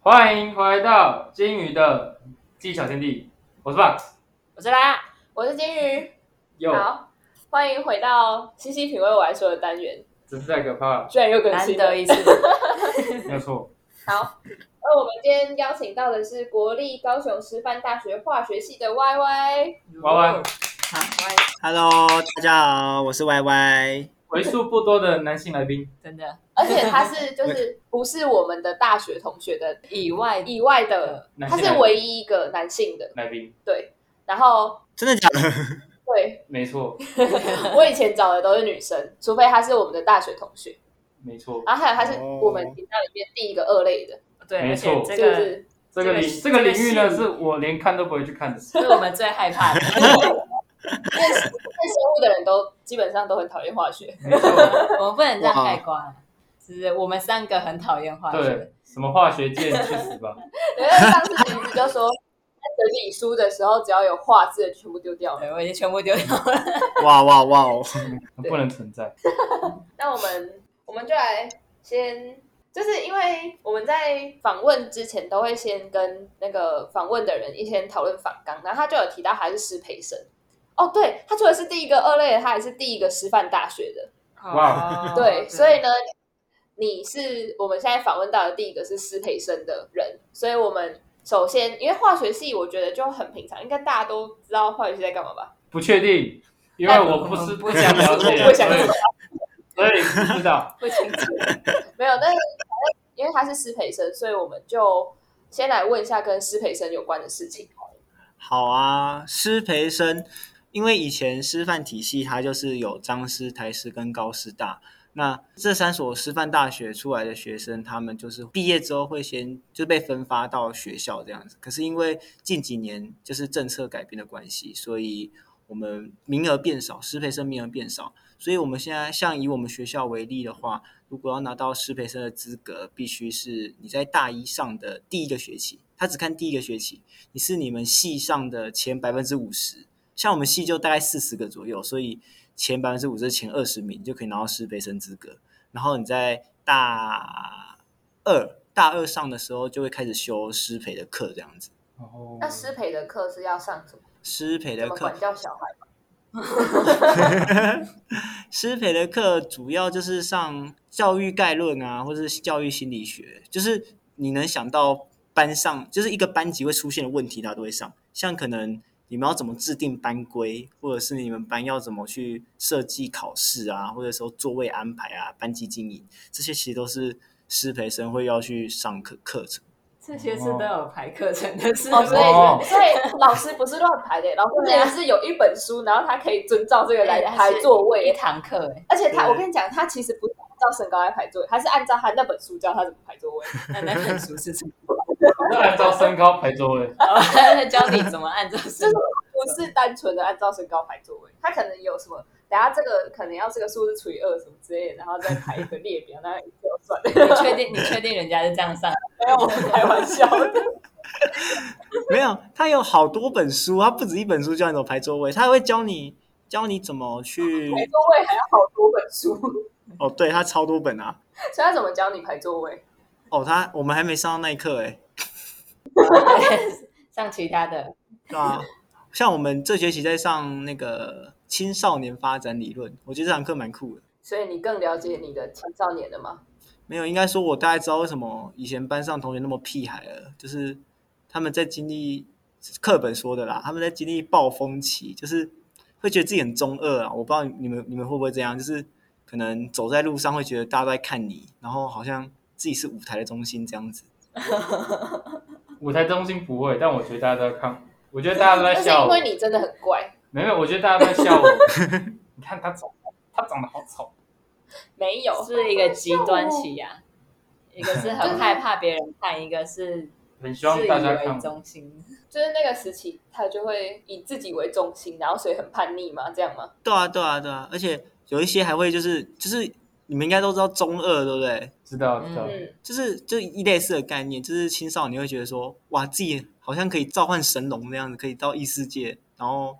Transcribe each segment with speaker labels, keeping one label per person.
Speaker 1: 欢迎回到金鱼的记忆小天地，我是 Box，
Speaker 2: 我是拉，我是金鱼。
Speaker 1: 有，
Speaker 2: 好，欢迎回到西西品味我来说的单元，
Speaker 1: 真是太可怕 了，
Speaker 2: 居然又更
Speaker 3: 难
Speaker 2: 新
Speaker 3: 得
Speaker 2: 了。
Speaker 3: 一 次，
Speaker 1: 没有错，
Speaker 2: 好，那我们今天邀请到的是国立高雄师范大学化学系的 Y Y。
Speaker 1: 歪
Speaker 3: 哦
Speaker 1: 歪，
Speaker 3: 好
Speaker 4: Hello，大家好，我是 Y Y。
Speaker 1: 为数不多的男性来宾，
Speaker 3: 真的
Speaker 2: 而且他是就是不是我们的大学同学的
Speaker 3: 以外
Speaker 2: 以外的，
Speaker 1: 男
Speaker 2: 他
Speaker 1: 性
Speaker 2: 是
Speaker 1: 来宾
Speaker 2: 唯一一个男性的。
Speaker 1: 来宾，
Speaker 2: 对，然后
Speaker 4: 真的假的？
Speaker 2: 对
Speaker 1: 没错，
Speaker 2: 我以前找的都是女生，除非她是我们的大学同学，
Speaker 1: 没错，
Speaker 2: 然后还有她是
Speaker 4: 哦
Speaker 2: 我们频道里面第一个二类的，
Speaker 3: 对，
Speaker 1: 没
Speaker 3: 而
Speaker 1: 错
Speaker 3: 且这
Speaker 2: 是
Speaker 1: 这个
Speaker 2: 不是？
Speaker 3: 个这个
Speaker 1: 领
Speaker 3: 是
Speaker 1: 这个领域呢，
Speaker 3: 这个系
Speaker 1: 是我连看都不会去看的，
Speaker 3: 是我们最害怕的。
Speaker 2: 念生物的人都基本上都很讨厌化学，
Speaker 1: 没错，
Speaker 3: 我们不能这样盖棺啊，就是我们三个很讨厌化学
Speaker 1: 对，什么化学界你去死吧，
Speaker 2: 因为上次橘子就说。在整理书的时候，只要有“画”字的全部丢掉
Speaker 3: 的，
Speaker 2: 了。
Speaker 3: 对我已经全部丢掉了。
Speaker 4: 哇哇哇哦！
Speaker 1: 不能存在，
Speaker 2: 那我们我们就来先，就是因为我们在访问之前都会先跟那个访问的人一起讨论访纲，然后他就有提到他是师培生。哦，对，他除了是第一个二类的，他也是第一个师范大学的。
Speaker 1: 哇
Speaker 3: 哦
Speaker 2: 对，所以呢，你是我们现在访问到的第一个是师培生的人，所以我们首先因为化学系，我觉得就很平常，应该大家都知道化学系在干嘛吧？
Speaker 1: 不确定，因为我不是
Speaker 3: 不
Speaker 1: 想了解，
Speaker 2: 不想
Speaker 1: 所以所以不知道，
Speaker 2: 不清楚，没有，但是反正因为他是师培生，所以我们就先来问一下跟师培生有关的事情。
Speaker 4: 好啊，师培生，因为以前师范体系它就是有彰师、台师跟高师大，那这三所师范大学出来的学生，他们就是毕业之后会先就被分发到学校这样子。可是因为近几年就是政策改变的关系，所以我们名额变少，师培生名额变少，所以我们现在像以我们学校为例的话，如果要拿到师培生的资格，必须是你在大一上的第一个学期，他只看第一个学期，你是你们系上的前百分之五十，像我们系就大概四十个左右，所以前百分之五十前二十名就可以拿到师培生资格。然后你在大二大二上的时候就会开始修师培的课，这样子。
Speaker 1: 哦
Speaker 2: 那师培的课是要上什么？
Speaker 4: 师培
Speaker 2: 怎
Speaker 4: 的
Speaker 2: 么
Speaker 4: 课
Speaker 2: 管，教小孩？
Speaker 4: 师培的课主要就是上教育概论啊，或是教育心理学，就是你能想到班上就是一个班级会出现的问题，它都会上。像可能你们要怎么制定班规，或者是你们班要怎么去设计考试啊，或者说座位安排啊、班级经营，这些其实都是师培生会要去上课课程。
Speaker 3: 这些是都有排课程的事，
Speaker 2: 哦，所以、
Speaker 1: 哦
Speaker 2: 所以老师不是乱排的，老师
Speaker 3: 对
Speaker 2: 真
Speaker 3: 啊
Speaker 2: 的是有一本书，然后他可以遵照这个来
Speaker 3: 对
Speaker 2: 排座
Speaker 3: 一
Speaker 2: 位，
Speaker 3: 堂课哎，
Speaker 2: 而且他
Speaker 4: 对
Speaker 2: 我跟你讲，他其实不是按照身高来排座位，他是按照他那本书教他怎么排座 位。
Speaker 3: 那那本书是什 么？哦
Speaker 1: 那按照身高排座位，
Speaker 3: 教你怎么按照
Speaker 2: 就是不是单纯的按照身高排座位，他可能有什么，等下这个可能要这个数字除以二什么之类的，然后再排一个列表，那一条算的。
Speaker 3: 你确定你确定人家是这样 上？
Speaker 2: 没有，我开玩笑的。
Speaker 4: 没有，他有好多本书，他不止一本书教你怎么排座位，他还会教你教你怎么去
Speaker 2: 排座位还有好多本书，
Speaker 4: 哦，对他超多本啊。
Speaker 2: 所以他怎么教你排座位？
Speaker 4: 哦，他我们还没上到那一课哎，
Speaker 3: 上其他的
Speaker 4: 对啊，像我们这学期在上那个青少年发展理论，我觉得这堂课蛮酷的。
Speaker 2: 所以你更了解你的青少年了吗？
Speaker 4: 没有，应该说我大概知道为什么以前班上同学那么屁孩了，就是他们在经历课本说的啦，他们在经历暴风期，就是会觉得自己很中二啊。我不知道你们你们会不会这样，就是可能走在路上会觉得大家都在看你，然后好像自己是舞台的中心这样子。
Speaker 1: 舞台中心不会，但我觉得大家都在看，我觉得大家都在
Speaker 2: 那是
Speaker 1: 笑
Speaker 2: 因
Speaker 1: 我
Speaker 2: 为，你真的很乖。
Speaker 1: 没有没有，我觉得大家都在笑我。 你看他长，他长得好丑，
Speaker 2: 没有，
Speaker 3: 是一个极端啊期呀、 一个是很害怕别人看，一个是
Speaker 1: 很希
Speaker 3: 自
Speaker 1: 望
Speaker 3: 以
Speaker 1: 大家看
Speaker 3: 为
Speaker 1: 我。
Speaker 3: 中心。
Speaker 2: 就是那个时期，他就会以自己为中心，然后所以很叛逆嘛，这样吗？
Speaker 4: 对啊，对啊，对啊，而且有一些还会就是就是你们应该都知道中二，对不对？
Speaker 1: 知道知道，
Speaker 2: 嗯，
Speaker 4: 就是就一类似的概念，就是青少年会觉得说，哇，自己好像可以召唤神龙那样子，可以到异世界，然后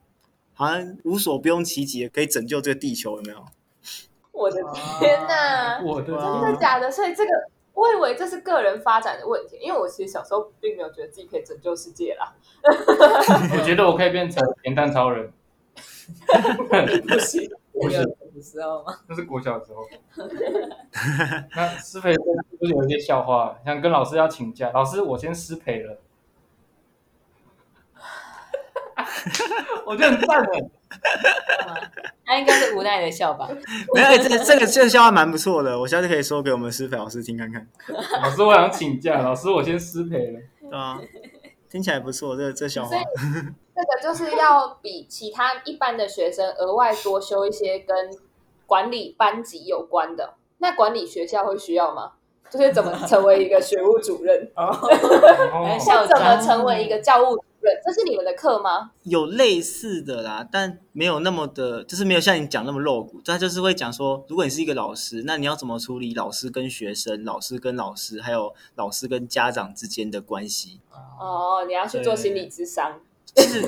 Speaker 4: 好像无所不用其极，可以拯救这个地球，有没有？
Speaker 2: 我的天哪、
Speaker 1: 我的
Speaker 4: 哇
Speaker 2: 真的假的？所以这个我以为这是个人发展的问题，因为我其实小时候并没有觉得自己可以拯救世界啦。
Speaker 1: 我觉得我可以变成咸蛋超人，
Speaker 3: 不是
Speaker 1: 不
Speaker 3: 我
Speaker 1: 是
Speaker 3: 有古时候吗？
Speaker 1: 那是国小的时候。那失陪是不是有一些笑话？像跟老师要请假，老师我先失陪了， 我觉得很赞哎。
Speaker 3: 他应该是无奈的笑吧？
Speaker 4: 没有，哎这这个这个笑话蛮不错的，我下次可以说给我们师培老师听看看。
Speaker 1: 老师我想请假，老师我先失陪了。
Speaker 4: 对啊，听起来不错，这个这个笑话
Speaker 2: 所以。这个就是要比其他一般的学生额外多修一些跟管理班级有关的。那管理学校会需要吗？就是怎么成为一个学务主任，
Speaker 1: 哦
Speaker 3: 校
Speaker 2: 怎么
Speaker 3: 长
Speaker 2: 成为一个教务主任？这是你们的课吗？
Speaker 4: 有类似的啦，但没有那么的，就是没有像你讲那么露骨。他就是会讲说，如果你是一个老师，那你要怎么处理老师跟学生、老师跟老师，还有老师跟家长之间的关系？
Speaker 2: 哦，你要去做心理咨商。
Speaker 4: 其实，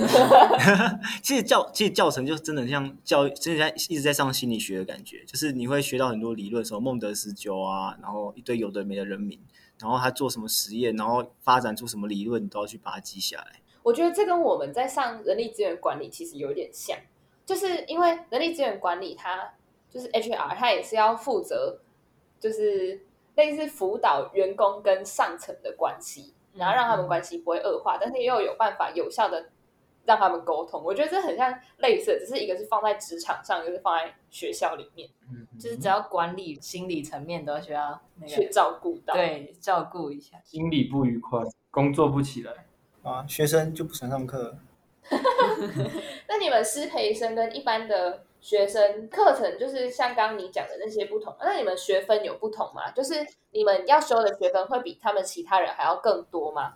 Speaker 4: 其实教其实教程就真的像教，真的在一直在上心理学的感觉，就是你会学到很多理论，什么孟德斯鸠啊，然后一堆有的没的人名，然后他做什么实验，然后发展出什么理论，你都要去把它记下来。
Speaker 2: 我觉得这跟我们在上人力资源管理其实有点像，就是因为人力资源管理它就是 HR，它也是要负责就是类似辅导员工跟上层的关系，然后让他们关系不会恶化，但是又有办法有效的让他们沟通。我觉得这很像类似的，只是一个是放在职场上，一个是放在学校里面
Speaker 1: 嗯
Speaker 3: 就是只要管理心理层面都需要那
Speaker 2: 去
Speaker 3: 个
Speaker 2: 照顾到。，
Speaker 3: 对照顾一下。
Speaker 1: 心里不愉快，工作不起来。
Speaker 4: 啊，学生就不想上课，
Speaker 2: 那你们师培生跟一般的学生课程，就是像刚刚你讲的那些不同，那你们学分有不同吗？就是你们要修的学分会比他们其他人还要更多吗？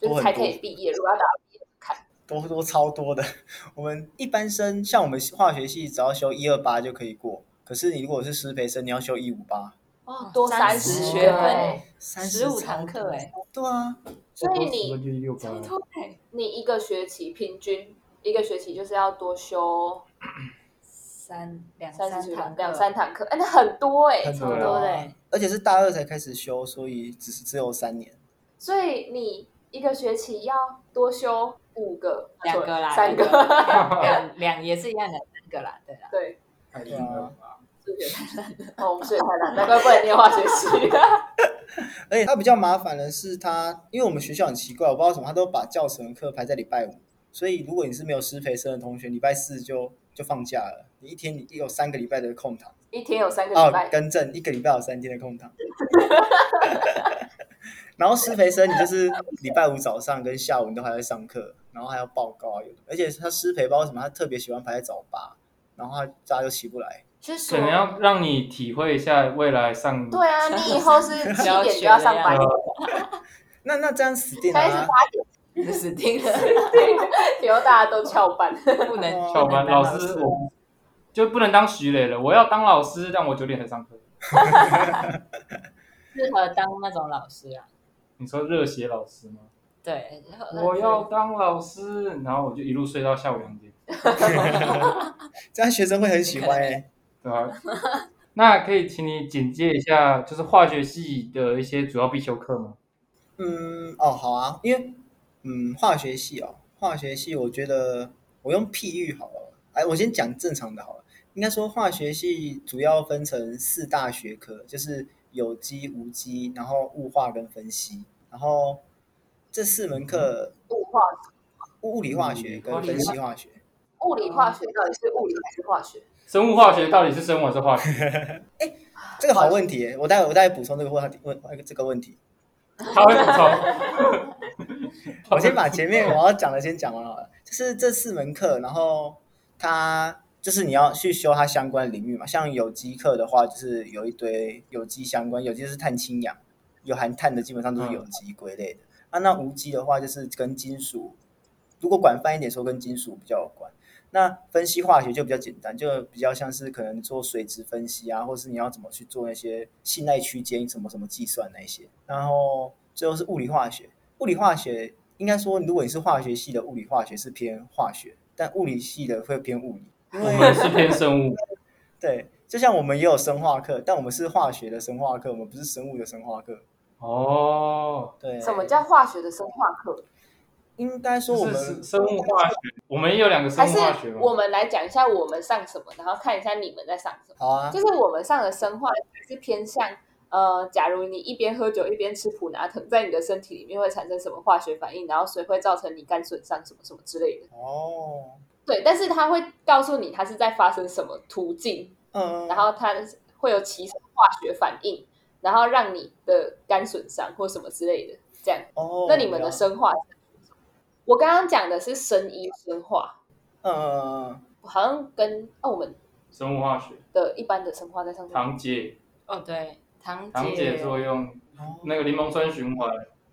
Speaker 2: 就
Speaker 4: 多
Speaker 2: 是
Speaker 4: 哦很
Speaker 2: 才可
Speaker 4: 多
Speaker 2: 以毕业，如果要打毕业门槛，
Speaker 4: 多多超多的。 我们一般生像我们化学系只要修一二八就可以过，可是你如果是师培生，你要修一五八，
Speaker 2: 哦多三
Speaker 3: 30
Speaker 2: 十
Speaker 1: 哦
Speaker 2: 学分，
Speaker 4: 三
Speaker 3: 十五堂课哎、
Speaker 4: 对啊，
Speaker 2: 所以
Speaker 1: 我
Speaker 2: 你
Speaker 1: 就是六八
Speaker 3: 超多哎，
Speaker 2: 你一个学期平均一个学期就是要多修
Speaker 3: 三两
Speaker 2: 三
Speaker 3: 三
Speaker 2: 十学
Speaker 3: 堂
Speaker 2: 分，
Speaker 3: 课
Speaker 2: 两三堂课，哎，那很多哎、
Speaker 4: 很
Speaker 3: 超多的哎，
Speaker 4: 而且是大二才开始修，所以只是只有三年。
Speaker 2: 所以你一个学期要多修五个、
Speaker 3: 两个啦，
Speaker 2: 三
Speaker 3: 两
Speaker 2: 个，
Speaker 3: 两 两两也是一样的，三个啦，对 啦。
Speaker 2: 对。
Speaker 1: 太
Speaker 4: 啊
Speaker 1: 硬了吧。
Speaker 2: 哦，我们睡太难，难怪不能念化学系。
Speaker 4: 而且它比较麻烦的是它，因为我们学校很奇怪，我不知道为什么，它都把教程课排在礼拜五，所以如果你是没有师培生的同学，礼拜四就就放假了，你一天你有三个礼拜的空堂。
Speaker 2: 一天有三个
Speaker 4: 哦
Speaker 2: 礼，拜，
Speaker 4: 更正，一个礼拜有三天的空档。 然后师培生，你就是礼拜五早上跟下午你都还在上课，然后还要报告啊，有的而且他师培不知道为什么，他特别喜欢排在早八，然后他大家就起不来。
Speaker 3: 是说
Speaker 1: 可能要让你体会一下未来上
Speaker 2: 对 啊，你以后是七点就要上班，
Speaker 1: 啊
Speaker 4: 那那这样死定了、
Speaker 2: 开始
Speaker 4: 啊
Speaker 2: 八，
Speaker 3: 死定了，
Speaker 2: 点， 以后大家都翘班。
Speaker 3: 不能
Speaker 4: 哦
Speaker 1: 小
Speaker 3: 不能
Speaker 1: 班
Speaker 3: 当
Speaker 1: 老师，我就不能当徐磊了，我要当老师，但我九点才上课。
Speaker 3: 适合当那种老师啊，
Speaker 1: 你说热血老师吗？
Speaker 3: 呃对，
Speaker 1: 我要当老师，然后我就一路睡到下午两点，
Speaker 4: 这样学生会很喜欢哎、
Speaker 1: 对吧、那可以请你简介一下，就是化学系的一些主要必修课吗？
Speaker 4: 嗯，哦，好啊，因为嗯，化学系哦，化学系我觉得我用譬喻好了，哎，我先讲正常的好了。应该说化学系主要分成四大学科，就是有机、无机，然后物化跟分析，然后这四门课，
Speaker 2: 物化、
Speaker 4: 物物理化学跟分析化学。
Speaker 2: 物理化学到底是物理还是化学？
Speaker 1: 生物化学到底是生物还是化学？
Speaker 4: 这个好问题耶，我待会我待会补充这个话题问这个问题。
Speaker 1: 他会补充。
Speaker 4: 我先把前面我要讲的先讲完好了，就是这四门课，然后它就是你要去修它相关领域嘛，像有机课的话，就是有一堆有机相关，有机就是碳氢氧，有含碳的基本上都是有机归类的。啊，那无机的话就是跟金属，如果广泛一点说，跟金属比较有关。那分析化学就比较简单，就比较像是可能做水质分析啊，或是你要怎么去做那些信赖区间什么什么计算那一些。然后最后是物理化学，物理化学应该说，如果你是化学系的，物理化学是偏化学，但物理系的会偏物理，因
Speaker 1: 我
Speaker 4: 为
Speaker 1: 们是偏生物，
Speaker 4: 对，就像我们也有生化课，但我们是化学的生化课，我们不是生物的生化课。
Speaker 1: 哦，
Speaker 4: 对，
Speaker 2: 什么叫化学的生化课？
Speaker 4: 应该说我
Speaker 1: 就
Speaker 4: 们
Speaker 1: 是生物化学，我们也有两个生
Speaker 2: 还
Speaker 1: 物
Speaker 2: 是
Speaker 1: 化学嘛。
Speaker 2: 我们来讲一下我们上什么，然后看一下你们在上什么。
Speaker 4: 好啊
Speaker 2: 就，是我们上的生化是偏向，呃，假如你一边喝酒一边吃普拿疼，在你的身体里面会产生什么化学反应，然后谁会造成你肝损伤什么什么之类的。
Speaker 4: 哦，
Speaker 2: 对，但是它会告诉你它是在发生什么途径，
Speaker 4: 嗯，
Speaker 2: 然后它会有起什么化学反应，然后让你的肝损伤或什么之类的。这样，
Speaker 4: 哦，
Speaker 2: 那你们的生化是什么，我刚刚讲的是生医生化，
Speaker 4: 嗯，嗯嗯
Speaker 2: 好像跟澳门
Speaker 1: 生物化学，
Speaker 2: 的一般的生化在上面。
Speaker 1: 糖解
Speaker 3: 哦，对，糖
Speaker 1: 糖解
Speaker 3: 解
Speaker 1: 作用，
Speaker 4: 嗯哦
Speaker 1: 那个柠檬酸循环，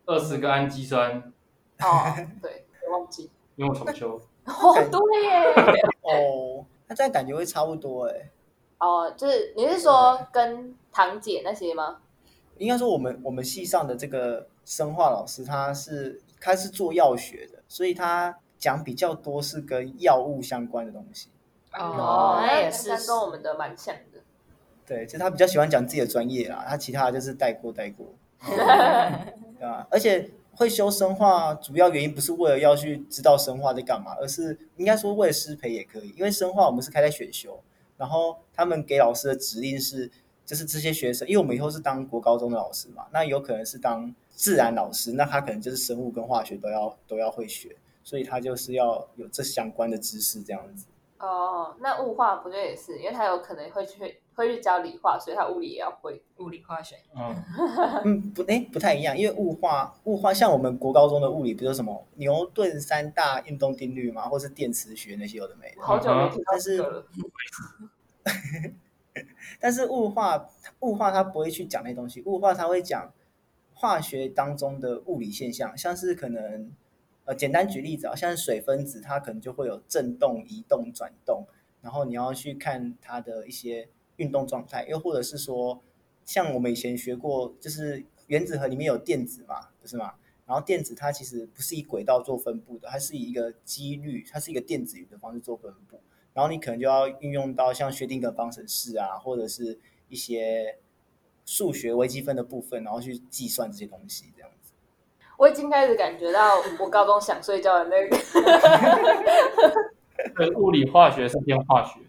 Speaker 1: 二十个氨基酸，
Speaker 2: 哦，对，我忘记。
Speaker 1: 用重 修。
Speaker 2: 哦，对耶。
Speaker 4: 哦，那这样感觉会差不多哎。
Speaker 2: 哦，就是你是说跟堂姐那些吗？
Speaker 4: 应该说我们我们系上的这个生化老师，他是他是做药学的，所以他讲比较多是跟药物相关的东西。
Speaker 3: 哦那也是
Speaker 2: 跟我们的蛮像的。
Speaker 4: 对，就是他比较喜欢讲自己的专业啦，他其他的就是带过带过，对吧、而且会修生化，主要原因不是为了要去知道生化在干嘛，而是应该说为了师培也可以，因为生化我们是开在选修，然后他们给老师的指令是，就是这些学生，因为我们以后是当国高中的老师嘛，那有可能是当自然老师，那他可能就是生物跟化学都要都要会学，所以他就是要有这相关的知识这样子。
Speaker 2: 哦，那物化不对也是，因为他有可能会去会去教理化，所以他物理也要会。
Speaker 3: 物理化学，
Speaker 1: 嗯，
Speaker 4: 嗯，不，哎，不太一样，因为物化物化像我们国高中的物理，不就什么牛顿三大运动定律嘛，或是电磁学那些有的没的。
Speaker 2: 好久没听到
Speaker 4: 但
Speaker 2: 这
Speaker 4: 是
Speaker 2: 个了。
Speaker 4: 但是物化物化它不会去讲那东西，物化它会讲化学当中的物理现象，像是可能呃简单举例子啊，像是水分子它可能就会有振动、移动、转动，然后你要去看它的一些运动状态，又或者是说像我们以前学过，就是原子核里面有电子嘛，不是吗？然后电子它其实不是以轨道做分布的，它是以一个几率，它是一个电子云的方式做分布。然后你可能就要运用到像薛定谔方程式啊，或者是一些数学微积分的部分，然后去计算这些东西，这样子。
Speaker 2: 我已经开始感觉到我高中想睡觉的那个。
Speaker 1: 对，物理化学是偏化学，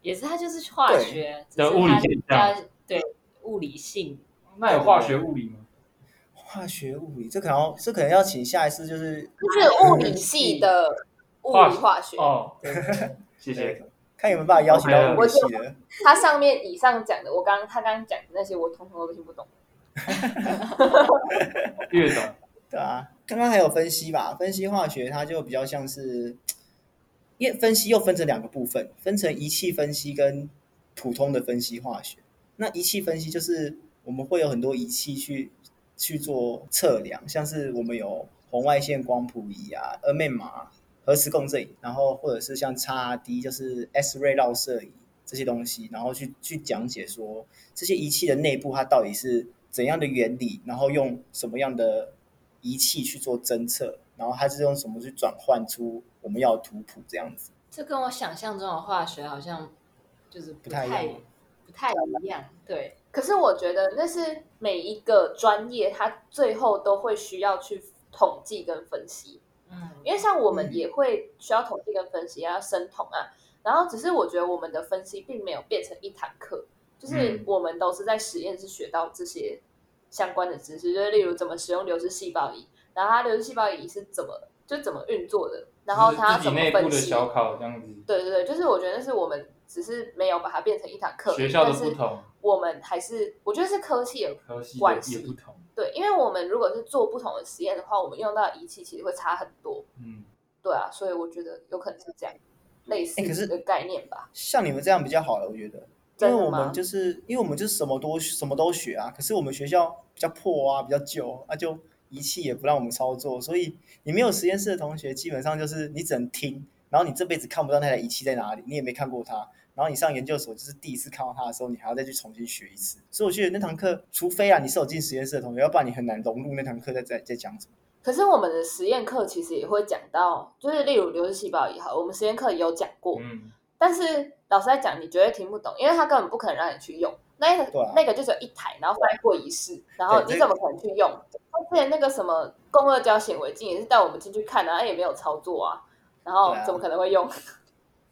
Speaker 3: 也是它就是化学，只
Speaker 1: 的
Speaker 3: 是
Speaker 1: 物理
Speaker 3: 它
Speaker 1: 现
Speaker 3: 比
Speaker 1: 象
Speaker 3: 较对物理性，
Speaker 1: 那有化学物理吗？
Speaker 4: 化学物理这可能要这可能要请下一次就是
Speaker 2: 就是物理系的物理化学，
Speaker 1: 哦， 谢谢。
Speaker 4: 看有没有办法邀请到物理系的。
Speaker 2: 它上面以上讲的，我刚他刚刚讲的那些，我通通都听不懂。
Speaker 1: 略懂。
Speaker 4: 对啊，刚刚还有分析吧，分析化学它就比较像是，因为分析又分成两个部分，分成仪器分析跟普通的分析化学。那仪器分析就是我们会有很多仪器去去做测量，像是我们有红外线光谱仪啊、二面码、核磁共振仪，然后或者是像 XRD 就是 X-ray 绕射仪这些东西，然后去去讲解说这些仪器的内部它到底是怎样的原理，然后用什么样的仪器去做侦测，然后它是用什么去转换出我们要的图谱这样子。
Speaker 3: 这跟我想象中的化学好像就是不
Speaker 4: 不太一
Speaker 3: 太
Speaker 4: 样
Speaker 3: 不太一样，对，
Speaker 2: 可是我觉得那是每一个专业，它最后都会需要去统计跟分析，
Speaker 3: 嗯，
Speaker 2: 因为像我们
Speaker 4: 嗯
Speaker 2: 也会需要统计跟分析啊，要生统啊。然后只是我觉得我们的分析并没有变成一堂课，就是
Speaker 1: 嗯
Speaker 2: 我们都是在实验室学到这些相关的知识，就是例如怎么使用流式细胞仪，然后它流式细胞仪是怎么就怎么运作的，然后
Speaker 1: 就是
Speaker 2: 它
Speaker 1: 自己
Speaker 2: 怎么
Speaker 1: 内部
Speaker 2: 分
Speaker 1: 的
Speaker 2: 析。
Speaker 1: 小考这样子，
Speaker 2: 对对对，就是我觉得是我们只是没有把它变成一堂课，
Speaker 1: 学校的
Speaker 2: 但
Speaker 1: 不
Speaker 2: 是
Speaker 1: 同，
Speaker 2: 我们还是我觉得是科系有
Speaker 1: 科系的
Speaker 2: 关系
Speaker 1: 也不同。
Speaker 2: 对，因为我们如果是做不同的实验的话，我们用到的仪器其实会差很多。
Speaker 1: 嗯，
Speaker 2: 对啊，所以我觉得有可能是这样类似
Speaker 4: 哎可是
Speaker 2: 的概念吧。
Speaker 4: 像你们这样比较好了，我觉得，因
Speaker 2: 真
Speaker 4: 为
Speaker 2: 的吗
Speaker 4: 我们就是因为我们就是什么都什么都学啊，可是我们学校比较破啊，比较旧啊，就仪器也不让我们操作，所以你没有实验室的同学，基本上就是你只能听，然后你这辈子看不到那台仪器在哪里，你也没看过它。然后你上研究所就是第一次看到它的时候，你还要再去重新学一次。所以我觉得那堂课，除非啊你是有进实验室的同学，要不然你很难融入那堂课在在在讲什么。
Speaker 2: 可是我们的实验课其实也会讲到，就是例如流质细胞也好，我们实验课也有讲过，
Speaker 1: 嗯，
Speaker 2: 但是老师在讲，你绝对听不懂，因为他根本不可能让你去用。那个、
Speaker 4: 对啊
Speaker 2: 那个就只有一台，然后放在过仪室，然后
Speaker 4: 对
Speaker 2: 你
Speaker 4: 这
Speaker 2: 怎么可能去用？他之前那个什么共轭胶显微镜也是带我们进去看啊，然后也没有操作啊，然后
Speaker 4: 对啊
Speaker 2: 怎么可能会用？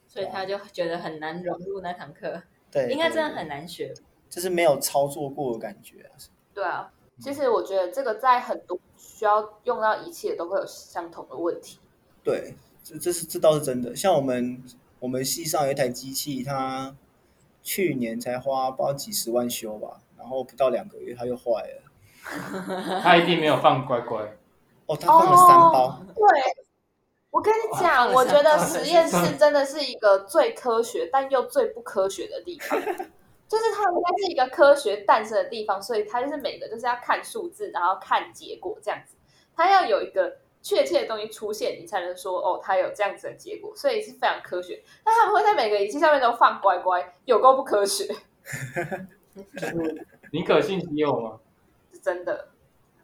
Speaker 3: 所以他就觉得很难融入那堂课，
Speaker 4: 对，
Speaker 3: 应该真的
Speaker 4: 对
Speaker 3: 很难学。
Speaker 4: 就是没有操作过的感觉啊、
Speaker 2: 对啊，其实我觉得这个在很多需要用到仪器的都会有相同的问题。
Speaker 4: 对，这这是这倒是真的。像我们我们系上有一台机器，它去年才花不知道几十万修吧，然后不到两个月它就坏了。
Speaker 1: 他一定没有放乖乖，
Speaker 4: 哦，它放了三包，
Speaker 2: 哦对，我跟你讲，
Speaker 3: 哇
Speaker 2: 我觉得
Speaker 3: 放了三
Speaker 2: 实验室真的是一个最科学但又最不科学的地方， 就是它应该是一个科学诞生的地方，所以它就是每个就是要看数字，然后看结果这样子，它要有一个。确切的东西出现，你才能说哦，它有这样子的结果，所以是非常科学。但他们会在每个仪器上面都放乖乖，有够不科学，
Speaker 1: 就是宁可信其有 嘛。
Speaker 2: 是真的。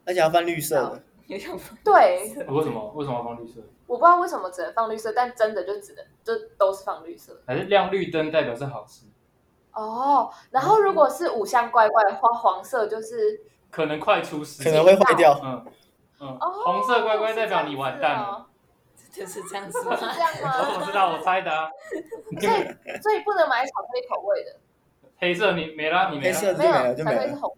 Speaker 4: 而且还放绿色的。
Speaker 3: 有点
Speaker 2: 对，
Speaker 1: 为什么为什么要放绿色？
Speaker 2: 我不知道为什么只能放绿色，但真的就只能就都是放绿色
Speaker 1: 还是亮绿灯代表是好事？
Speaker 2: 哦。然
Speaker 1: 嗯
Speaker 2: 后如果是五香怪怪的话，黄色就是
Speaker 1: 可能快出事，
Speaker 4: 可能会坏掉，
Speaker 1: 嗯嗯，
Speaker 2: 哦，
Speaker 1: 红色乖乖代表你完蛋了。
Speaker 3: 就是这样子
Speaker 2: 是这
Speaker 3: 吗？
Speaker 2: 样子
Speaker 1: 我
Speaker 2: 哦，
Speaker 1: 怎 么知道？我猜的 啊。
Speaker 2: 是这样吗？所以所以不能买巧克力口 味的，
Speaker 1: 黑色你没啦，你没
Speaker 4: 黑色
Speaker 1: 啦，
Speaker 4: 就
Speaker 2: 没有
Speaker 4: 没
Speaker 2: 巧克
Speaker 4: 了就没
Speaker 2: 力是
Speaker 4: 了。
Speaker 2: 红，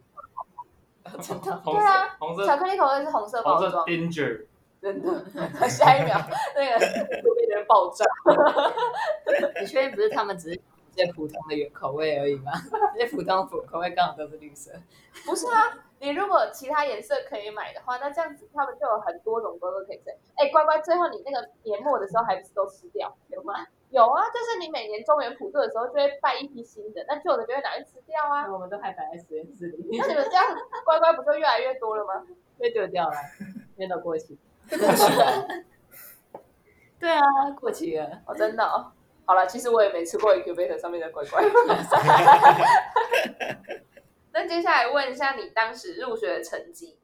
Speaker 3: 真的，
Speaker 1: 红
Speaker 2: 对
Speaker 1: 色
Speaker 2: 啊
Speaker 1: 红
Speaker 2: 巧
Speaker 1: 色
Speaker 2: 克力口味是红色
Speaker 1: 红
Speaker 2: 包
Speaker 1: 色
Speaker 2: 装，
Speaker 1: danger，
Speaker 2: 真的。 下一秒那个 就变成爆炸，
Speaker 3: 你确定不是他们只是这些普通的口味而已吗？ 这些普通口味刚好都是绿色。
Speaker 2: 不是啊？你如果其他颜色可以买的话，那这样子他们就有很多种乖乖可以吃。哎，乖乖，最后你那个年末的时候还不是都吃掉？
Speaker 3: 有吗？
Speaker 2: 有啊，就是你每年中原普渡的时候就会拜一批新的，那旧的就会拿去吃掉啊。
Speaker 3: 那我们都还摆在实验室里面
Speaker 2: 那，你们这样乖乖不就越来越多了吗？
Speaker 3: 被丢掉了，因为都过期。哦 对啊，过期了。
Speaker 2: 哦，真的哦。好了，其实我也没吃过 incubator 上面的乖乖。 那接下来问一下，你当时入学的成绩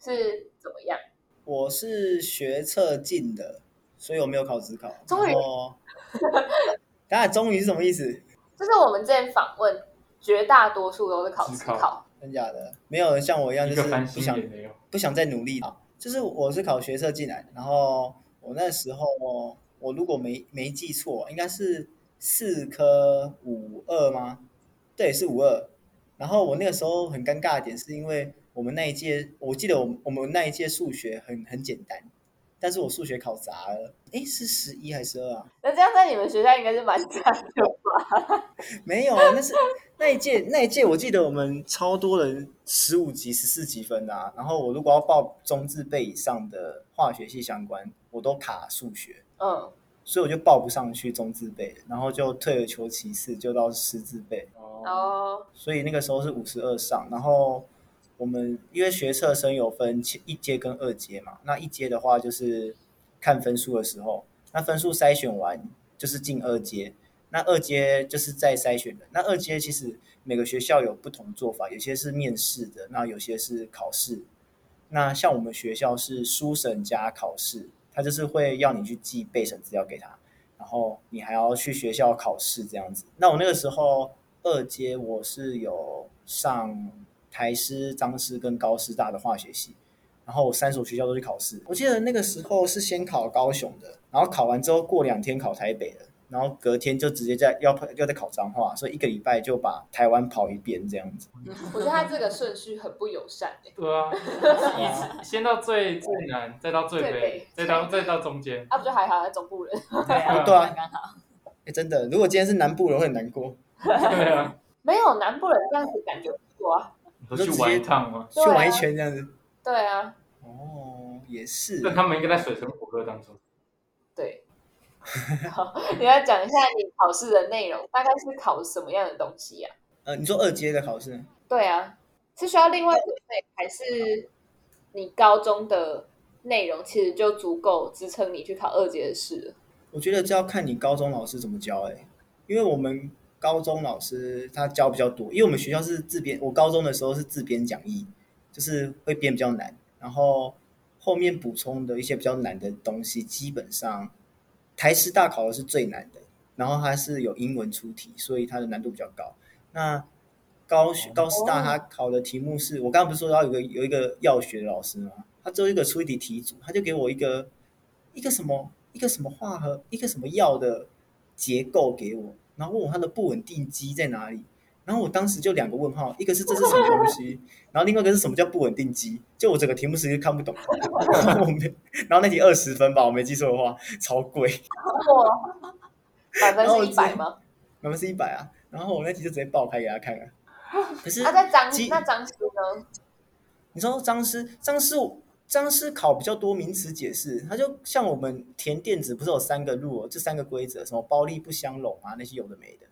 Speaker 2: 是怎么样？
Speaker 4: 我是学测进的，所以我没有考职考。
Speaker 2: 终于
Speaker 4: 然后， 当然啊终于是什么意思？
Speaker 2: 就是我们之前访问，绝大多数都是考
Speaker 1: 自
Speaker 2: 职
Speaker 1: 考
Speaker 2: 考，
Speaker 4: 真假的？没有人像我一样，
Speaker 1: 一
Speaker 4: 就
Speaker 1: 个
Speaker 4: 是
Speaker 1: 繁
Speaker 4: 不
Speaker 1: 星
Speaker 4: 想
Speaker 1: 也没有。
Speaker 4: 不想再努力了。就是我是考学测进来的，然后我那时候我如果没没记错，应该是四科五二吗？对，是五二。然后我那个时候很尴尬的点，是因为我们那一届，我记得我们我们那一届数学很很简单，但是我数学考砸了。诶，是十一还是二啊？
Speaker 2: 那这样在你们学校应该是蛮 惨的吧？
Speaker 4: 没有啊，那是那一届那一届，我记得我们超多人十五级、十四级分啊。然后我如果要报中字辈以上的化学系相关，我都卡数学，
Speaker 2: 嗯，
Speaker 4: 所以我就报不上去中字辈，然后就退而求其次，就到师字辈。
Speaker 1: 哦，
Speaker 2: 哦，
Speaker 4: 所以那个时候是五十二上，然后我们因为学测生有分前一阶跟二阶嘛，那一阶的话就是看分数的时候，那分数筛选完就是进二阶，那二阶就是再筛选的。那二阶其实每个学校有不同做法，有些是面试的，那有些是考试。那像我们学校是书审加考试，他就是会要你去寄备审资料给他，然后你还要去学校考试这样子。那我那个时候二阶我是有上台师、彰师跟高师大的化学系，然后我三所学校都去考试。我记得那个时候是先考高雄的，然后考完之后过两天考台北的，然后隔天就直接在要要再考彰化，所以一个礼拜就把台湾跑一遍这样子。
Speaker 2: 我觉得他这个顺序很不友善、欸、
Speaker 1: 对啊，一先到最最难，再到最
Speaker 2: 最
Speaker 1: 北
Speaker 2: 北，
Speaker 1: 再到再到中间。
Speaker 2: 啊，不就还好，他中部人。
Speaker 3: 对啊，
Speaker 4: 对啊
Speaker 3: 刚刚好。
Speaker 4: 哎，真的，如果今天是南部人会很难过，
Speaker 1: 对啊，
Speaker 2: 没有南部人这样子感觉不错啊。
Speaker 1: 你说去玩一趟吗？
Speaker 4: 去
Speaker 2: 对啊
Speaker 4: 玩一圈这样子。
Speaker 2: 对啊，
Speaker 4: 哦，也是。
Speaker 1: 但他们应该在水深火热当中。
Speaker 2: 对。好，你要讲一下你考试的内容，大概是考什么样的东西呀、
Speaker 4: 呃，你说二阶的考试，
Speaker 2: 对啊，是需要另外准备，还是你高中的内容其实就足够支撑你去考二阶的试了？
Speaker 4: 我觉得这要看你高中老师怎么教哎、因为我们高中老师他教比较多，因为我们学校是自编，我高中的时候是自编讲义，就是会编比较难，然后后面补充的一些比较难的东西，基本上台师大考的是最难的，然后它是有英文出题，所以它的难度比较高。那高学高师大他考的题目是我刚刚不是说到有个有一个药学的老师吗？他最后一个出一题题组，他就给我一个一个什么一个什么化合一个什么药的结构给我，然后问我它的不稳定基在哪里。然后我当时就两个问号，一个是这是什么东西，然后另外一个是什么叫不稳定基？就我整个题目实看不懂， 然后我没，然后那题二十分吧，我没记错的话，超贵。
Speaker 2: 哇，百分
Speaker 4: 然后
Speaker 2: 是一百吗？
Speaker 4: 满分是一百啊，然后我那题就直接爆开给他看啊。可是
Speaker 2: 啊，在张
Speaker 4: 基
Speaker 2: 那张师呢？
Speaker 4: 你知道张师张师张师考比较多名词解释，他就像我们填电子不是有三个 rule，这三个规则，什么包粒不相容啊那些有的没的。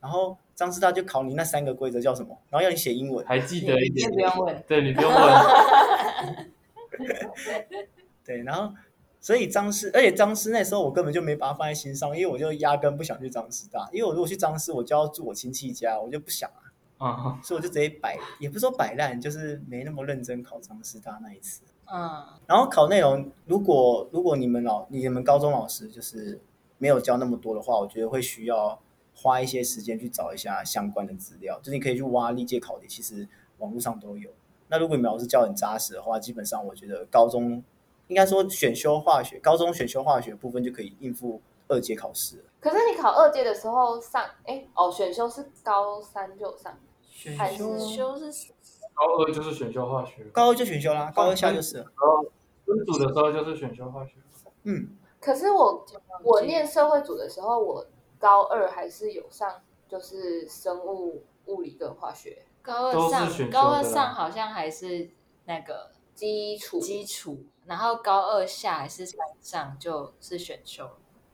Speaker 4: 然后张师大就考你那三个规则叫什么，然后要你写英文。
Speaker 1: 还记
Speaker 3: 你
Speaker 1: 得一
Speaker 3: 你
Speaker 1: 点
Speaker 3: 先，不用问，
Speaker 1: 对你不用问，
Speaker 4: 对，然后所以张师，而且张师那时候我根本就没把它放在心上，因为我就压根不想去张师大，因为我如果去张师，我就要住我亲戚家，我就不想啊，
Speaker 1: 嗯，
Speaker 4: 所以我就直接摆，也不是说摆烂，就是没那么认真考张师大那一次。
Speaker 3: 嗯，
Speaker 4: 然后考内容，如果如果你们老你们高中老师就是没有教那么多的话，我觉得会需要花一些时间去找一下相关的资料，就是你可以去挖历届考题，其实网络上都有。那如果你们老师教得很扎实的话，基本上我觉得高中应该说选修化学，高中选修化学部分就可以应付二阶考试了。
Speaker 2: 可是你考二阶的时候上，哎，哦，选修是高三就有上，
Speaker 4: 选
Speaker 2: 还是修是
Speaker 1: 高二就是选修化学，
Speaker 4: 高二就选修啦，高二下就是了。
Speaker 1: 然后分组的时候就是选修化学，
Speaker 4: 嗯，
Speaker 2: 可是我我念社会组的时候，我高二还是有上，就是生物、物理跟化学
Speaker 3: 高二
Speaker 1: 都是选修
Speaker 3: 上
Speaker 1: 的
Speaker 3: 高二上好像还是那个
Speaker 2: 基础
Speaker 3: 基础，然后高二下还是上就是选修，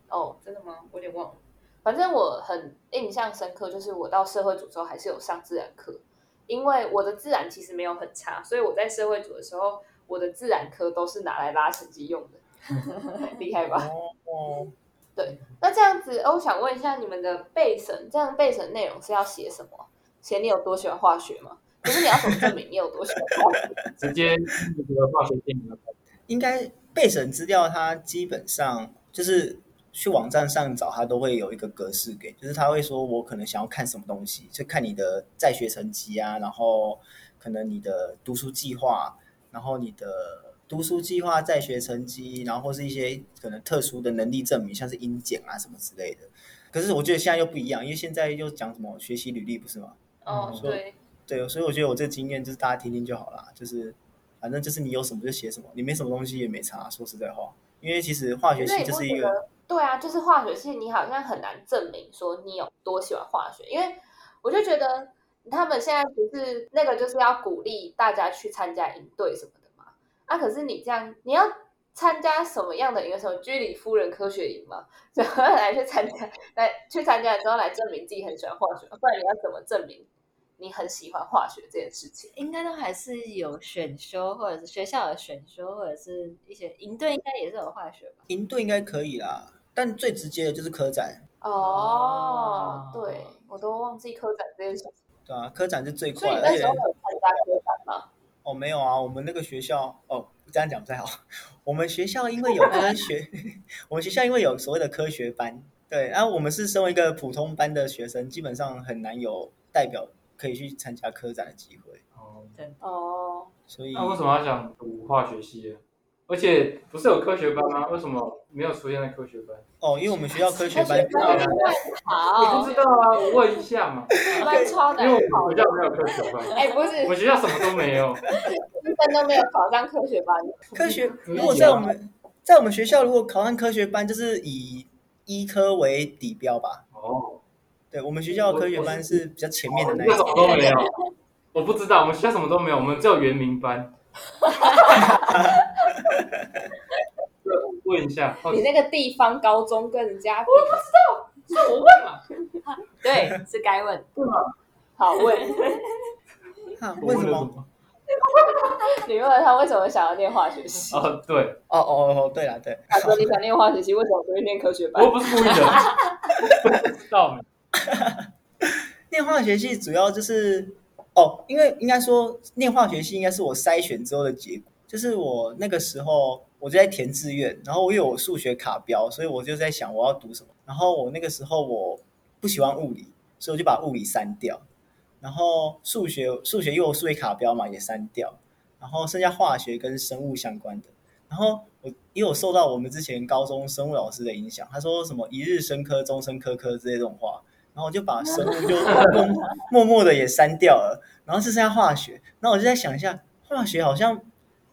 Speaker 2: 哦，真的吗？我有点忘了。反正我很印象深刻，就是我到社会组之后还是有上自然课，因为我的自然其实没有很差，所以我在社会组的时候，我的自然科都是拿来拉成绩用的，厉害吧？
Speaker 4: 哦，
Speaker 2: 那这样子，哦我想问一下你们的备审，这样备审内容是要写什么？写你有多喜欢化学吗？可是你要怎么证明你有多喜欢化学？
Speaker 1: 直接那个化学电影的
Speaker 4: 应该备审资料，它基本上就是去网站上找，它都会有一个格式给，就是他会说我可能想要看什么东西，就看你的在学成绩啊，然后可能你的读书计划，然后你的读书计划、在学成绩，然后或是一些可能特殊的能力证明，像是英检啊什么之类的。可是我觉得现在又不一样，因为现在又讲什么学习履历不是吗？
Speaker 2: 哦，对，
Speaker 4: 对，所以我觉得我这经验就是大家听听就好啦，就是反正就是你有什么就写什么，你没什么东西也没差。说实在话，因为其实化学
Speaker 2: 那
Speaker 4: 系
Speaker 2: 你
Speaker 4: 就
Speaker 2: 不
Speaker 4: 是
Speaker 2: 觉
Speaker 4: 一个
Speaker 2: 得？对啊，就是化学系，你好像很难证明说你有多喜欢化学，因为我就觉得他们现在不是那个就是要鼓励大家去参加营队什么的嘛。啊，可是你这样，你要参加什么样的营？什么居里夫人科学营嘛，然后来去参加，来去参加了之后来证明自己很喜欢化学，不然你要怎么证明你很喜欢化学这件事情？
Speaker 3: 应该都还是有选修，或者是学校的选修，或者是一些营队，应该也是有化学吧？
Speaker 4: 营队应该可以啦，但最直接的就是科展，
Speaker 2: 哦
Speaker 3: 哦，
Speaker 2: 对我都忘记科展这件事情，
Speaker 4: 对啊，科展是最
Speaker 2: 所
Speaker 4: 快
Speaker 2: 以你
Speaker 4: 的，
Speaker 2: 那
Speaker 4: 而
Speaker 2: 时
Speaker 4: 且
Speaker 2: 候有参加科展吗？
Speaker 4: 哦没有啊，我们那个学校哦这样讲不太好， 我们学校因为有科学， 我们学校因为有所谓的科学班，对，然、后我们是身为一个普通班的学生，基本上很难有代表可以去参加科展的机会，
Speaker 1: 哦。
Speaker 2: 哦，
Speaker 4: 所以
Speaker 1: 那为什么要想读化学系啊？而且不是有科学班吗？为什么没有出现在科学班？
Speaker 4: 哦，因为我们学校科学
Speaker 2: 科
Speaker 4: 班
Speaker 2: 学班
Speaker 4: 比较
Speaker 1: 我
Speaker 3: 好
Speaker 1: 不，知道啊，我问一下嘛，
Speaker 2: 班 超
Speaker 1: 因
Speaker 2: 难
Speaker 1: 为我
Speaker 2: 考
Speaker 1: 们学
Speaker 2: 的。
Speaker 1: 校没有科学班，
Speaker 2: 哎、不是，
Speaker 1: 我们学校什么都没 有。
Speaker 2: 一般都没有考上科学班。
Speaker 4: 科学，
Speaker 1: 可以
Speaker 4: 如果在我们在我们学校，如果考上科学班，就是以医科为底标吧。
Speaker 1: 哦，
Speaker 4: 对我们学校的科学班是比较前面的
Speaker 1: 我
Speaker 4: 那
Speaker 1: 们
Speaker 4: 一
Speaker 1: 学校什
Speaker 4: 种
Speaker 1: 么。都没有，我不知道，我们学校什么都没有，我们只有原名班。对问一下，到
Speaker 2: 你
Speaker 1: 底
Speaker 2: 那个地方高中跟人家比，
Speaker 1: 我问嘛？
Speaker 3: 对，是该问。
Speaker 2: 好问，
Speaker 4: 哈
Speaker 1: 我
Speaker 4: 为
Speaker 1: 问
Speaker 4: 什
Speaker 1: 了
Speaker 4: 么？
Speaker 1: 么？
Speaker 2: 你问了他为什么想要念化学系？
Speaker 1: 哦，对，
Speaker 4: 哦哦哦，对了对，
Speaker 2: 他说你想念化学系，为什么不会念科学班
Speaker 1: 我？又不是故意 的，不知道嘛
Speaker 4: 念化学系主要就是哦，因为应该说念化学系应该是我筛选之后的结果，就是我那个时候我就在填志愿，然后我有数学卡标，所以我就在想我要读什么。然后我那个时候我不喜欢物理，所以我就把物理删掉。然后数学数学又有数学卡标嘛也删掉，然后剩下化学跟生物相关的。然后我也有受到我们之前高中生物老师的影响，他说什么“一日生科，终身科科”之类这种话，然后我就把生物就默默默的也删掉了，然后只剩下化学。那我就在想一下，化学好像，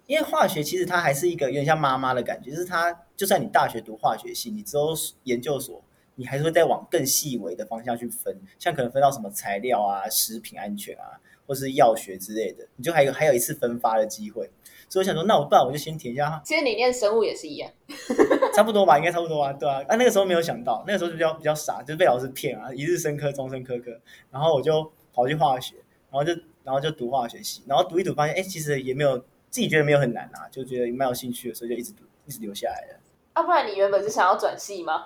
Speaker 4: 因为化学其实它还是一个有点像妈妈的感觉，就是它就算你大学读化学系，你之后研究所。你还是会再往更细微的方向去分，像可能分到什么材料啊、食品安全啊，或是药学之类的，你就还有还有一次分发的机会。所以我想说，那我不然我就先填一下，
Speaker 2: 其实你念生物也是一样，
Speaker 4: 差不多吧，应该差不多吧，对啊。啊，那个时候没有想到，那个时候就比较比较傻，就是被老师骗啊，一日生科，终身科科。然后我就跑去化学，然后就然后就读化学系，然后读一读发现，哎，其实也没有自己觉得没有很难啊，就觉得蛮有兴趣的，所以就一直读，一直留下来了。
Speaker 2: 要、啊不然你原本是想要转系吗？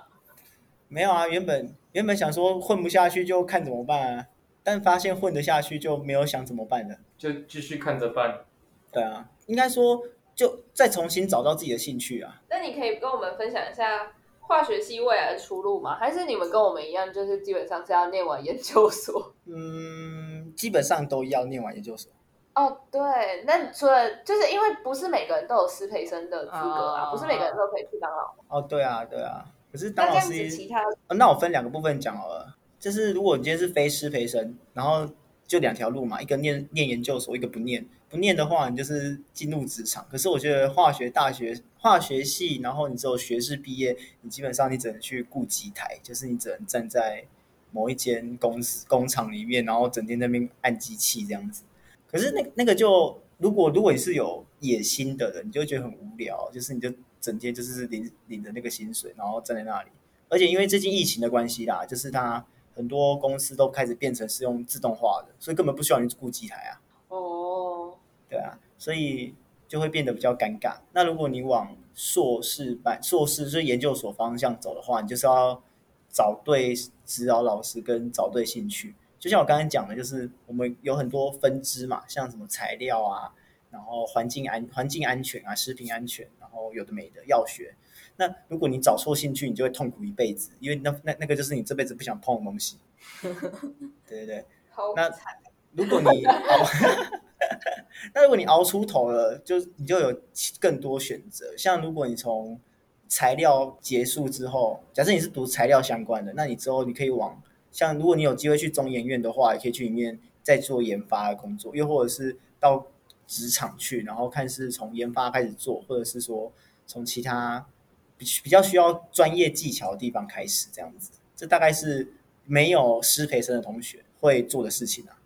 Speaker 4: 没有啊，原本原本想说混不下去就看怎么办啊，但发现混得下去就没有想怎么办了。
Speaker 1: 就继续看着 办。
Speaker 4: 对啊，应该说就再重新找到自己的兴趣啊。
Speaker 2: 那你可以跟我们分享一下化学系未来的出路吗？还是你们跟我们一样，就是基本上是要念完研究所？
Speaker 4: 嗯，基本上都要念完研究所。
Speaker 2: 哦，对，那除了就是因为不是每个人都有师培生的资格啊，
Speaker 3: 哦
Speaker 2: 不是每个人都可以去当老师。
Speaker 4: 哦，对啊，对啊。可是当
Speaker 2: 那这
Speaker 4: 老
Speaker 2: 样
Speaker 4: 师
Speaker 2: 子，其他
Speaker 4: 呃那我分两个部分讲好了。就是如果你今天是非师培生，然后就两条路嘛，一个念念研究所，一个不念。不念的话，你就是进入职场。可是我觉得化学大学化学系，然后你只有学士毕业，你基本上你只能去顾机台，就是你只能站在某一间公司工厂里面，然后整天在那边按机器这样子。可是那那个就，如果如果你是有野心的人，你就会觉得很无聊，就是你就整天就是领领着那个薪水，然后站在那里。而且因为最近疫情的关系啦，就是它很多公司都开始变成是用自动化的，所以根本不需要你去顾机台啊，
Speaker 2: 哦，
Speaker 4: 对啊，所以就会变得比较尴尬。那如果你往硕士班、硕士就是研究所方向走的话，你就是要找对指导老师跟找对兴趣。就像我刚才讲的，就是我们有很多分支嘛，像什么材料啊，然后环境安环境安全啊，食品安全，然后有的没的药学。那如果你找错兴趣，你就会痛苦一辈子，因为那那那个就是你这辈子不想碰的东西。 对对对，
Speaker 2: 好
Speaker 4: 那
Speaker 2: 惨
Speaker 4: 如果你熬， 那如果你熬出头了，就你就有更多选择。像如果你从材料结束之后，假设你是读材料相关的，那你之后你可以往像如果你有机会去中研院的话，也可以去里面再做研发的工作，又或者是到职场去，然后看是从研发开始做，或者是说从其他比比较需要专业技巧的地方开始，这样子。这大概是没有师培生的同学会做的事情啊。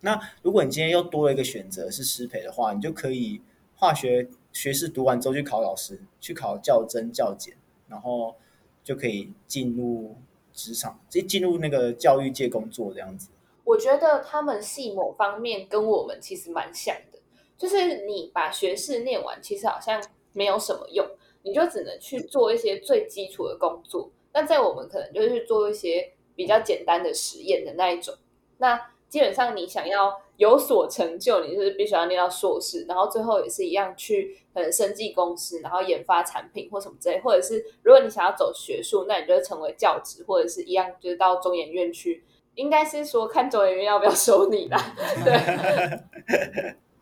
Speaker 4: 那如果你今天又多了一个选择是师培的话，你就可以化学学士读完之后去考老师，去考教甄、教检，然后就可以进入职场，直接进入那个教育界工作这样子。
Speaker 2: 我觉得他们系某方面跟我们其实蛮像的，就是你把学士念完，其实好像没有什么用，你就只能去做一些最基础的工作。那在我们可能就是去做一些比较简单的实验的那一种。那基本上你想要有所成就，你就是必须要念到硕士，然后最后也是一样去可能生技公司，然后研发产品或什么之类，或者是如果你想要走学术，那你就会成为教职，或者是一样就是到中研院去应该是说看中研院要不要收你啦。
Speaker 1: 嗯
Speaker 2: 对，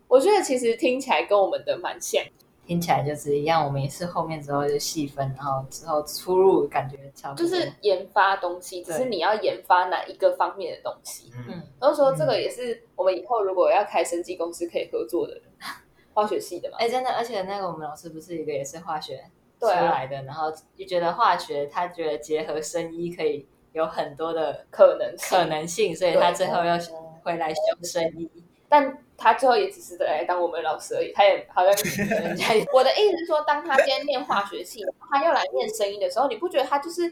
Speaker 2: 我觉得其实听起来跟我们的蛮像。
Speaker 3: 听起来就是一样，我们也是后面之后就细分，然后之后出入感觉差不
Speaker 2: 就
Speaker 3: 多。
Speaker 2: 是研发东西，只
Speaker 3: 嗯对
Speaker 2: 是你要研发哪一个方面的东西。
Speaker 1: 嗯，
Speaker 2: 然后说这个也是我们以后如果要开生技公司可以合作的人， 化学系的嘛。
Speaker 3: 哎、真的，而且那个我们老师不是一个也是化学出
Speaker 2: 对啊
Speaker 3: 来的，然后就觉得化学他觉得结合生医可以有很多的
Speaker 2: 可嗯能性
Speaker 3: 可能性，所以他最后要回来修生医。
Speaker 2: 嗯但他最后也只是来当我们老师而已，他也好像人家也。我的意思是说，当他今天念化学系，他要来念声音的时候，你不觉得他就是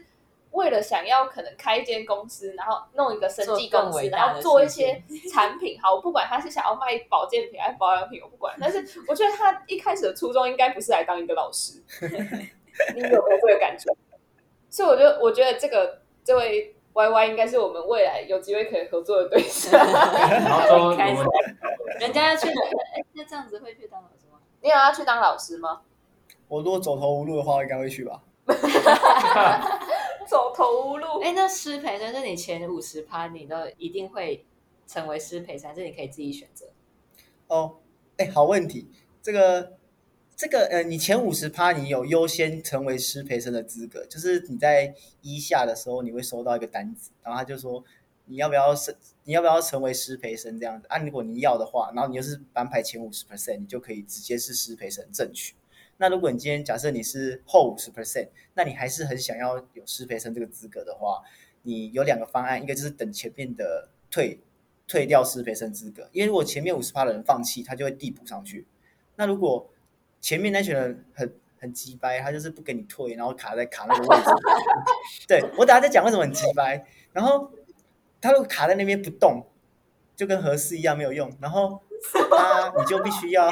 Speaker 2: 为了想要可能开一间公司，然后弄一个生技公
Speaker 3: 做更
Speaker 2: 司，
Speaker 3: 伟
Speaker 2: 然
Speaker 3: 大的
Speaker 2: 后做一些产品？好，我不管他是想要卖保健品还是保养品，我不管。 但是我觉得他一开始的初衷应该不是来当一个老师，你有没有这个感觉？所以我觉得，我觉得这个这位 Y Y 应该是我们未来有机会可以合作的对象。
Speaker 1: 然后之后我
Speaker 3: 开
Speaker 1: 们
Speaker 3: 始人家要去哪？哎、那这样子会去当老师吗？
Speaker 2: 你有要去当老师吗？
Speaker 4: 我如果走投无路的话，应该会去吧。
Speaker 2: 走投无路。
Speaker 3: 哎哎、那师培生是你前五十趴，你都一定会成为师培生，还是你可以自己选择？
Speaker 4: 哦，哎，好问题，这个这个呃，你前五十趴你有优先成为师培生的资格，就是你在一下的时候你会收到一个单子，然后他就说你要不要是你要不要成为师培生这样子啊？如果你要的话，然后你就是班排前五十 percent，你就可以直接是师培生正取。那如果你今天假设你是后五十 percent，那你还是很想要有师培生这个资格的话，你有两个方案，一个就是等前面的退退掉师培生资格，因为如果前面五十趴的人放弃，他就会递补上去。那如果前面那群人很很鸡掰，他就是不给你退，然后卡在卡那个位置。 对我等下再讲为什么很鸡掰。然后他如果卡在那边不动，就跟合适一样没有用。然后他你就必须要，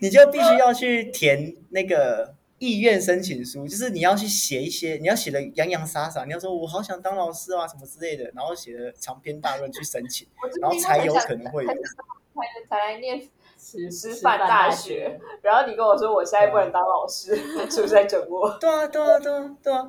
Speaker 4: 你就必须要去填那个意愿申请书，就是你要去写一些，你要写的洋洋洒洒，你要说我好想当老师啊什么之类的，然后写的长篇大论去申请，
Speaker 2: 我就是
Speaker 4: 然后
Speaker 2: 因为
Speaker 4: 才
Speaker 2: 很
Speaker 4: 有
Speaker 2: 想
Speaker 4: 可能会有
Speaker 2: 才。才才来念，
Speaker 3: 师
Speaker 2: 师范大学，然后你跟我说我现在不
Speaker 4: 啊
Speaker 2: 能当老师， 是不是在整我？
Speaker 4: 对啊，对啊，对啊，对啊。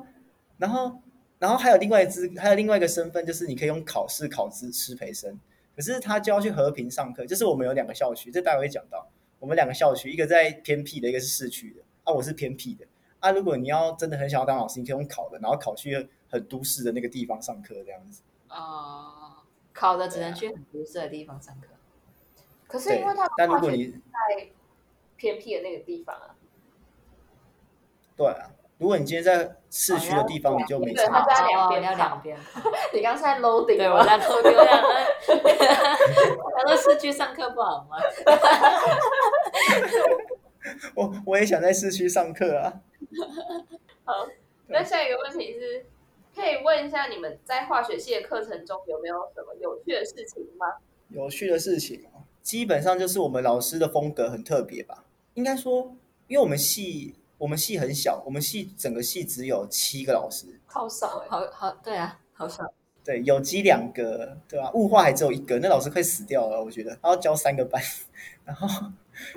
Speaker 4: 然后，然后还有另外一支，还有另外一个身份，就是你可以用考试考资师培生，可是他就要去和平上课。就是我们有两个校区，这待会会讲到，我们两个校区，一个在偏僻的，一个是市区的。啊，我是偏僻的。啊，如果你要真的很想要当老师，你可以用考的，然后考去很都市的那个地方上课，这样子。
Speaker 3: 哦，考的
Speaker 2: 啊
Speaker 3: 只能去很不适的地方上课。
Speaker 2: 可是
Speaker 4: 对
Speaker 2: 因为他们，
Speaker 4: 但如
Speaker 2: 大
Speaker 4: 果
Speaker 2: 学
Speaker 4: 你
Speaker 2: 在偏僻的那个地方啊，
Speaker 4: 对啊，如果你今天在市
Speaker 2: 哦
Speaker 4: 区的地方，你就没
Speaker 2: 对他
Speaker 4: 差
Speaker 2: 在。两
Speaker 3: 哦
Speaker 2: 边
Speaker 3: 要
Speaker 2: 考
Speaker 3: 两边考。
Speaker 2: 你刚才 loading
Speaker 3: 对，
Speaker 2: 吗
Speaker 3: 我在偷丢两个。他说市区上课不好吗？
Speaker 4: 我我也想在市区上课啊。
Speaker 2: 好，那下一个问题是，可以问一下你们在化学系的课程中有没有什么有趣的事情吗？
Speaker 4: 有趣的事情哦，基本上就是我们老师的风格很特别吧。应该说，因为我们系我们系很小，我们系整个系只有七个老师，
Speaker 2: 超少哎、
Speaker 3: 好好，对啊，好爽。
Speaker 4: 对，有机两个，对吧、物化还只有一个，那老师快死掉了，我觉得。他要教三个班，然后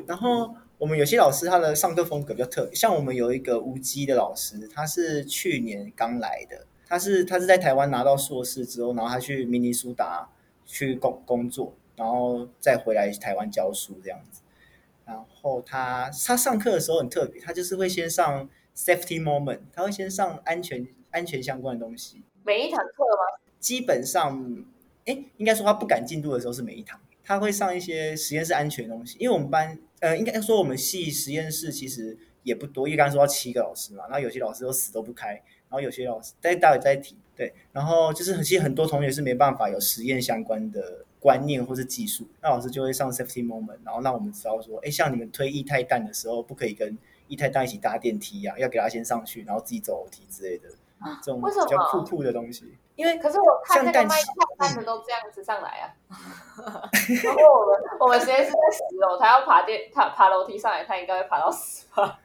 Speaker 4: 然后我们有些老师他的上课风格比较特别，像我们有一个无机的老师，他是去年刚来的，他是他是在台湾拿到硕士之后，然后他去明尼苏达去工工作，然后再回来台湾教书这样子。然后他他上课的时候很特别，他就是会先上 safety moment，他会先上安全安全相关的东西，
Speaker 2: 每一堂课吗？
Speaker 4: 基本上，哎，应该说他不赶进度的时候是每一堂，他会上一些实验室安全的东西。因为我们班，呃，应该说我们系实验室其实也不多，因为刚刚说到七个老师嘛，然后有些老师都死都不开，然后有些老师，待待会再提。对，然后就是很其实很多同学是没办法有实验相关的观念或是技术，那老师就会上 safety moment，然后让我们知道说，哎，像你们推液态氮的时候，不可以跟液态氮一起搭电梯啊呀、要给他先上去，然后自己走楼梯之类的，这种
Speaker 2: 啊为什么
Speaker 4: 比较酷酷的东西。
Speaker 2: 因为可是我看那
Speaker 4: 像
Speaker 2: 个
Speaker 4: 干
Speaker 2: 麦克班的都这样子上来 啊，然后我们我们实验室在十楼，他要爬电他爬楼梯上来，他应该会爬到十吧？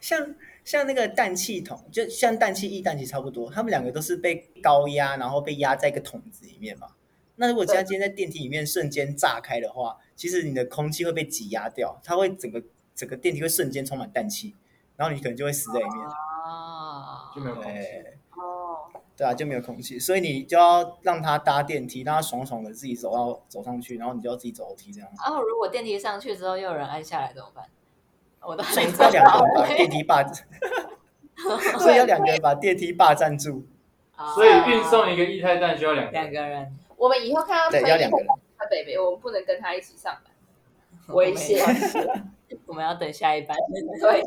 Speaker 4: 像像那个氮气桶，就像氮气、液氮气差不多，他们两个都是被高压，然后被压在一个桶子里面嘛。那如果今天在电梯里面瞬间炸开的话，其实你的空气会被挤压掉，它会整个整个电梯会瞬间充满氮气，然后你可能就会死在里面。
Speaker 3: 哦
Speaker 1: 就，没有啊空气。
Speaker 4: 对
Speaker 2: 哦，
Speaker 4: 对啊，就没有空气，所以你就要让它搭电梯，让它爽爽的自己走到走上去，然后你就要自己走楼梯这样。
Speaker 3: 然后啊如果电梯上去之后又有人按下来怎么办？我都
Speaker 4: 所以
Speaker 3: 很
Speaker 4: 要两个 人把电梯霸， 所以要两个人把电梯霸占住。
Speaker 1: 所以运送一个液态氮需要两个
Speaker 3: 哦两
Speaker 1: 人，
Speaker 3: 个人，
Speaker 2: 我们以后看到
Speaker 4: 对，
Speaker 2: 推
Speaker 4: 要两个人。
Speaker 2: 他北北，我们不能跟他一起上班，危险。
Speaker 3: 我们要等下一班。
Speaker 2: 对，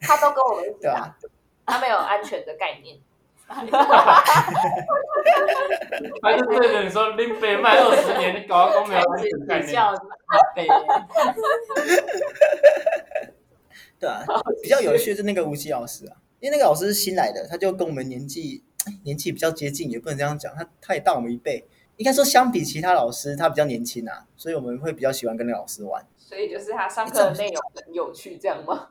Speaker 2: 他都跟我们一起
Speaker 4: 对
Speaker 2: 上，
Speaker 4: 啊
Speaker 2: 他没有安全的概念。
Speaker 1: 还是对着你说林北卖二十年，你搞到都没有安全概
Speaker 3: 比
Speaker 1: 念。
Speaker 3: 较北人
Speaker 4: 对啊，比较有趣的是那个吴奇老师啊，因为那个老师是新来的，他就跟我们年纪哎年纪比较接近，也不能这样讲，他他也大我们一倍，应该说相比其他老师，他比较年轻啊，所以我们会比较喜欢跟那个老师玩。
Speaker 2: 所以就是他上课的内容很有趣，这样吗？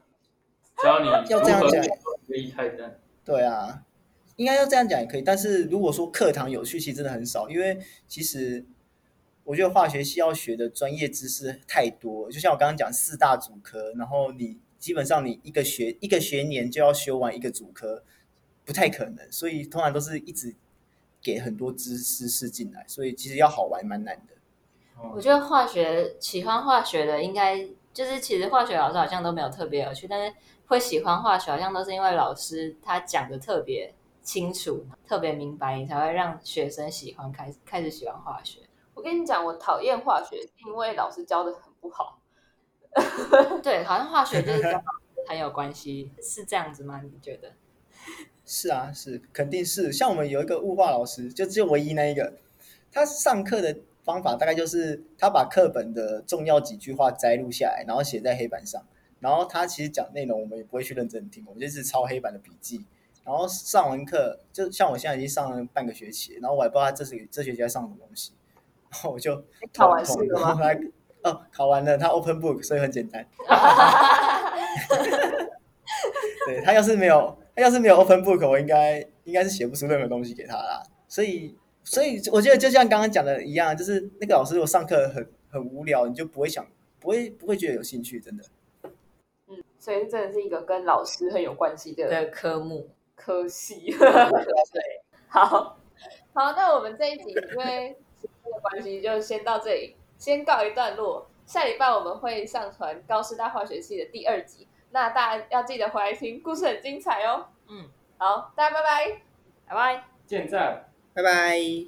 Speaker 1: 只要你
Speaker 4: 要这样
Speaker 1: 如何
Speaker 4: 讲
Speaker 1: 运送一个液态氮，
Speaker 4: 对啊，应该要这样讲也可以，但是如果说课堂有趣，其实真的很少，因为其实我觉得化学系要学的专业知识太多了，就像我刚刚讲四大主科，然后你基本上你一个学一个学年就要修完一个主科，不太可能，所以通常都是一直给很多知知识进来，所以其实要好玩蛮难的。
Speaker 3: 我觉得化学喜欢化学的应该就是，其实化学老师好像都没有特别有趣，但是会喜欢化学好像都是因为老师他讲的特别清楚、特别明白，你才会让学生喜欢开始开始喜欢化 学。
Speaker 2: 我跟你讲，我讨厌化学是因为老师教的很不好。
Speaker 3: 对，好像化学就是跟老师很有关系，是这样子吗？你觉得？
Speaker 4: 是啊，是肯定是。像我们有一个物化老师，就只有唯一那一个，他上课的方法大概就是他把课本的重要几句话摘录下来，然后写在黑板上。然后他其实讲内容我们也不会去认真听，我们就是抄黑板的笔记。然后上完课，就像我现在已经上了半个学期，然后我还不知道他这学这学期在上什么东西，然后我就
Speaker 2: 考完试了 吗？
Speaker 4: 哦，考完了，他 open book，所以很简单。 对他要是没有他要是没有 open book，我应该应该是写不出任何东西给他啦。所以所以我觉得就像刚刚讲的一样，就是那个老师如果上课很很无聊，你就不会想不会不会觉得有兴趣， 真的。
Speaker 2: 嗯，所以这真的是一个跟老师很有关系的
Speaker 3: 的科目，
Speaker 2: 科系。好 好，那我们这一集因为时间的关系，就先到这里，先告一段落。下礼拜我们会上传高师大化学系的第二集，那大家要记得回来听，故事很精彩哦。
Speaker 3: 嗯，
Speaker 2: 好，大家拜拜。
Speaker 3: 拜拜。
Speaker 1: 健在。
Speaker 4: 拜拜。